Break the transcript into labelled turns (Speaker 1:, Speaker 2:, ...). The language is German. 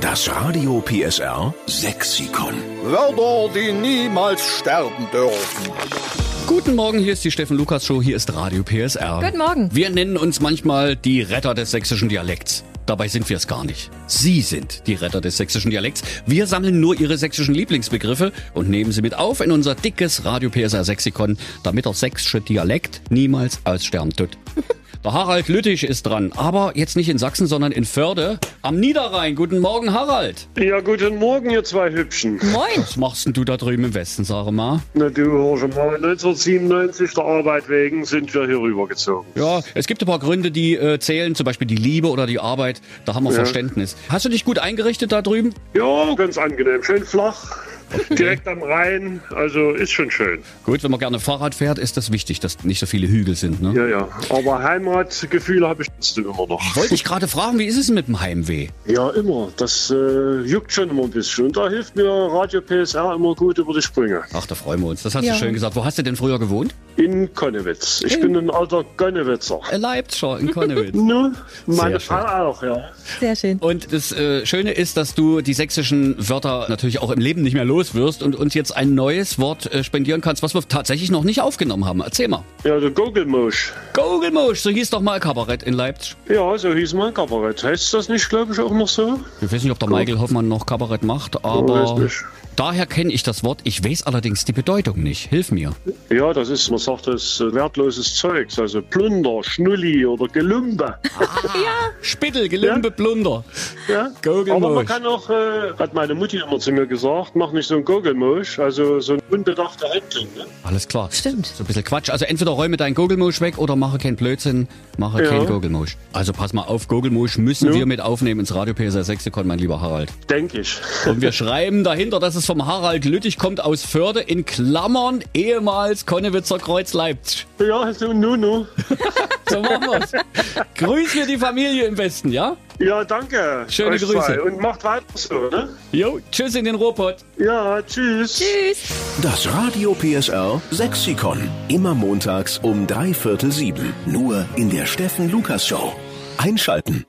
Speaker 1: Das Radio PSR Sexikon.
Speaker 2: Wörter, die niemals sterben dürfen.
Speaker 3: Guten Morgen, hier ist die Steffen Lukas Show, hier ist Radio PSR.
Speaker 4: Guten Morgen.
Speaker 3: Wir nennen uns manchmal die Retter des sächsischen Dialekts. Dabei sind wir es gar nicht. Sie sind die Retter des sächsischen Dialekts. Wir sammeln nur ihre sächsischen Lieblingsbegriffe und nehmen sie mit auf in unser dickes Radio PSR Sexikon, damit der sächsische Dialekt niemals aussterben tut. Der Harald Lüttich ist dran, aber jetzt nicht in Sachsen, sondern in Förde am Niederrhein. Guten Morgen, Harald.
Speaker 5: Ja, guten Morgen, ihr zwei Hübschen.
Speaker 4: Moin.
Speaker 3: Was machst denn du da drüben im Westen, sag mal?
Speaker 5: Na du, hör schon mal, 1997 der Arbeit wegen sind wir hier rübergezogen.
Speaker 3: Ja, es gibt ein paar Gründe, die äh, zählen, zum Beispiel die Liebe oder die Arbeit. Da haben wir Verständnis. Hast du dich gut eingerichtet da drüben?
Speaker 5: Ja, ganz angenehm, schön flach, direkt am Rhein, also ist schon schön.
Speaker 3: Gut, wenn man gerne Fahrrad fährt, ist das wichtig, dass nicht so viele Hügel sind. Ne?
Speaker 5: Ja, ja, aber Heimatgefühle habe ich trotzdem immer noch.
Speaker 3: Wollte ich gerade fragen, wie ist es denn mit dem Heimweh?
Speaker 5: Ja, immer, das äh, juckt schon immer ein bisschen und da hilft mir Radio PSR immer gut über die Sprünge.
Speaker 3: Ach, da freuen wir uns. Das hast
Speaker 4: Ja.
Speaker 3: du schön gesagt. Wo hast du denn früher gewohnt?
Speaker 5: In Konnewitz, ich bin ein alter Konnewitzer.
Speaker 3: In Äh, Leipzig, in Konnewitz.
Speaker 5: Nun, meine
Speaker 3: schön.
Speaker 5: Frau auch, ja.
Speaker 4: Sehr schön.
Speaker 3: Und das äh, Schöne ist, dass du die sächsischen Wörter natürlich auch im Leben nicht mehr los wirst und uns jetzt ein neues Wort äh, spendieren kannst, was wir tatsächlich noch nicht aufgenommen haben. Erzähl mal.
Speaker 5: Ja, der Gogelmosch.
Speaker 3: Gogelmusch, so hieß doch mal ein Kabarett in Leipzig.
Speaker 5: Ja, so hieß mein Kabarett. Heißt das nicht, glaube ich, auch noch so?
Speaker 3: Ich weiß nicht, ob der Michael Hoffmann noch Kabarett macht, aber
Speaker 5: Weiß nicht.
Speaker 3: daher kenne ich das Wort. Ich weiß allerdings die Bedeutung nicht. Hilf mir.
Speaker 5: Ja, das ist, man sagt das, äh, wertloses Zeugs, also Plunder, Schnulli oder Gelumbe.
Speaker 3: Spittel, Gelimbe, Plunder.
Speaker 5: Ja?
Speaker 3: Gogelmosch.
Speaker 5: Aber man kann auch, äh, hat meine Mutti immer zu mir gesagt, mach nicht so ein Gogelmosch, also so ein unbedachter Händling. Ne?
Speaker 3: Alles klar.
Speaker 4: Stimmt.
Speaker 3: So ein bisschen Quatsch. Also entweder räume deinen Gogelmusch weg oder mache keinen Blödsinn, mache
Speaker 5: Ja.
Speaker 3: keinen Gogelmusch. Also pass mal auf, Gogelmusch müssen
Speaker 5: Ja.
Speaker 3: wir mit aufnehmen ins Radio PSR Sexikon, mein lieber Harald.
Speaker 5: Denke ich.
Speaker 3: Und wir schreiben dahinter, dass es vom Harald Lüttich kommt aus Förde in Klammern, ehemals Konnewitzer Kreuz Leipzig.
Speaker 5: ja, also so, nu, nu.
Speaker 3: So machen wir's. Grüß mir die Familie im Westen, ja?
Speaker 5: Ja, danke.
Speaker 3: Schöne
Speaker 5: euch
Speaker 3: Grüße.
Speaker 5: zwei. Und macht weiter so, ne?
Speaker 3: Jo, tschüss in den Ruhrpott.
Speaker 5: Ja, tschüss.
Speaker 4: Tschüss.
Speaker 1: Das Radio PSR Sexikon. Immer montags um drei Viertel sieben. Nur in der Steffen Lukas Show. Einschalten.